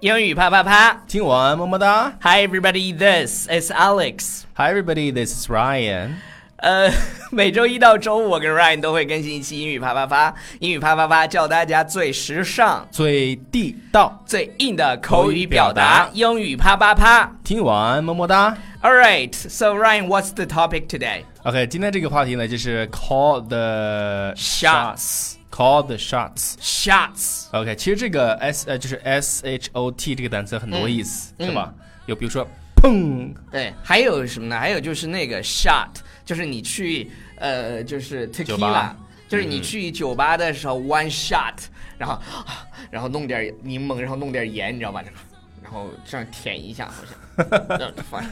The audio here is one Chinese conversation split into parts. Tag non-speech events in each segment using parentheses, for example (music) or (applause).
英语啪啪啪听完么么哒！Hi everybody, this is Alex。 ，Hi everybody, this is Ryan。呃， (laughs) 每周一到周五，我跟 Ryan 都会更新一期英语啪啪啪。英语啪啪啪教大家最时尚、最地道，最硬的口语表口语表达达。英语啪啪啪。听完么么哒。 All right, so Ryan, what's the topic today? OK，今天这个话题呢，就是 call the Shots. shots，call the shots。 Shots. OK，其实这个 S 呃就是 S H O T 这个单词很多意思，嗯是吧？有比如说砰，对，还有什么呢？还有就是那个 shot，就是你去呃，就是酒 tequila，吧嗯就是你去酒吧的时候 one shot，然后啊然后弄点柠檬，然后弄点盐，你知道吧？然后这样舔一下，好像 (laughs) 然后放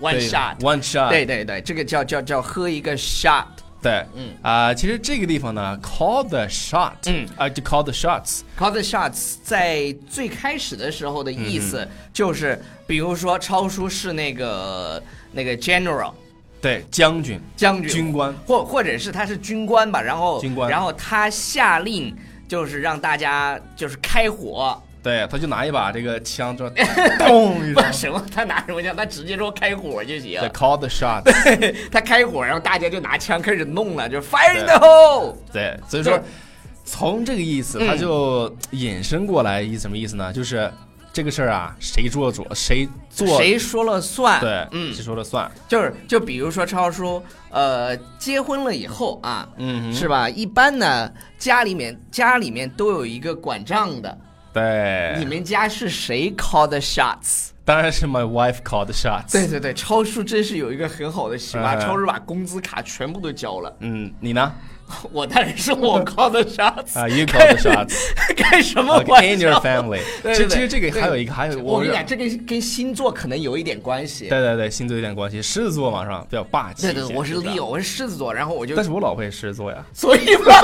one 对 shot。 ，one shot，对对对，这个叫叫叫喝一个 shot。对，嗯啊、其实这个地方呢，call the shot，嗯啊、就 call the shots， Call the shots 在最开始的时候的意嗯思就是，比如说超叔是那个那个 general 对，将军，将军，军官，或或者是他是军官吧，然后军官然后他下令就是让大家就是开火，对，他就拿一把这个 (laughs) 枪，就咚一不声，什么他拿什么枪，他直接说开火就行对。，call the shots， (laughs) 他开火，然后大家就拿枪开始弄了，就是 fire in the hole。对，所以就说是从这个意思，嗯他就引申过来一什么意思呢？就是这个事儿啊，谁做主，谁做，谁说了算？对，嗯谁，说了算，就是就比如说超叔，呃，结婚了以后啊，嗯是吧？一般呢，家里面家里面都有一个管账的。你对，们家是谁 call the shots？当然是 my wife call the shots，对，对对，超叔真是有一个很好的习惯，嗯超叔把工资卡全部都交了。 (laughs) 嗯，你呢？我当然是我 call 的 shots，啊、y o u call the (laughs) shots，开什么 OK，玩 in your 笑？ family，对其对实其实这对个还有一个还有我跟认你讲，这跟跟星座可能有一点关系。对对对，星座有点关系，狮子座嘛是吧？比较霸气一对些。对，我是不 Leo，我是狮子座，然后我就。但是我老婆也狮子座呀 (laughs) 所以嘛，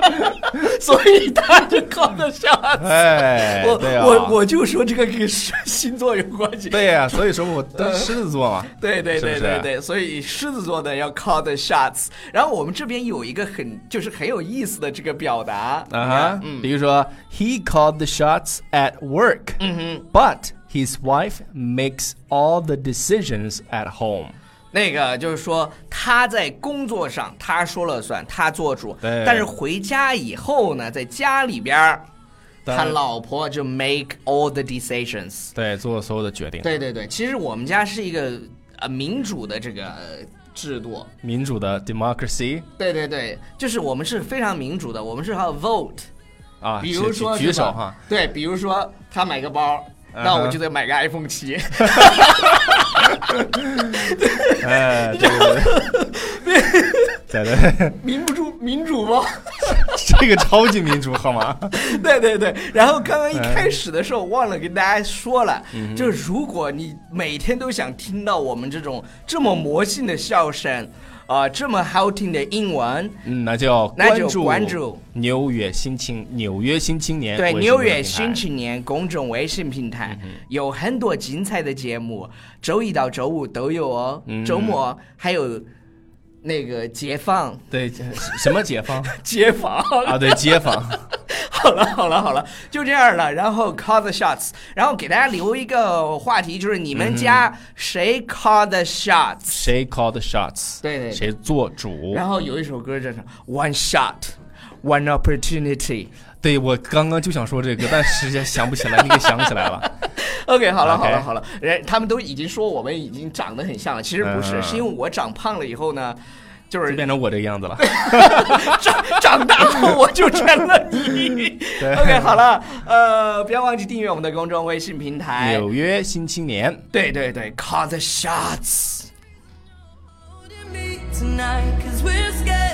(laughs) 所以他就 call 的 shots。哎，我对啊，我我就说这个跟星座有关系。对呀、所以说 (laughs) 我但狮子座嘛，对对对是不对是对，所以狮子座的要 call the shots。然后我们这边有一个很就是很有意思的这个表达啊哈，嗯比如说 He called the shots at work，，but 嗯 his wife makes all the decisions at home。那个就是说他在工作上他说了算，他做主。对但是回家以后呢，在家里边儿，当他然老婆就 make all the decisions。对，做所有的决定。，对对对，其实我们家是一个呃民主的这个呃制度。民主的 democracy 对对对，就是我们是非常民主的，我们是还有 vote。啊，比如举说举是手吧哈，，对，比如说他买个包，嗯哼那我就得买个 iPhone 七，哎，对对 (laughs) 对，对对对，民主民主吗？ (laughs) 这个超级民主好吗？对对对。然后刚刚一嗯开始的时候忘了跟大家说了，就是如果你每天都想听到我们这种这么魔性的笑声，啊，这么好听的英文，嗯，那就要那关就注关注纽约新青纽约新青年对哎微信公纽众平约台嗯新青年公众微信平台有很多精彩的节目，周一到周五都有哦，嗯周末还有那个解放对什么解放解放。啊？对街坊， (laughs) 好了好了好了，就这样了。然后 call the shots，然后给大家留一个话题，就是你们家谁 call the shots？、谁 call the shots？对对对谁做主？然后有一首歌叫什么 One Shot。One opportunity。对我刚刚就想说这个，但时间想不起来，你给想起来了。 OK，好了 OK 好了好了，人他们都已经说我们已经长得很像了，其实不是，嗯是因为我长胖了以后呢，就就是变成我这个样子了。 (laughs) 长长大后我就成了你。OK，好了，呃，不要忘记订阅我们的公众微信平台。纽约新青年，对对对，Call the shots。 holding me tonight, cause we're scared.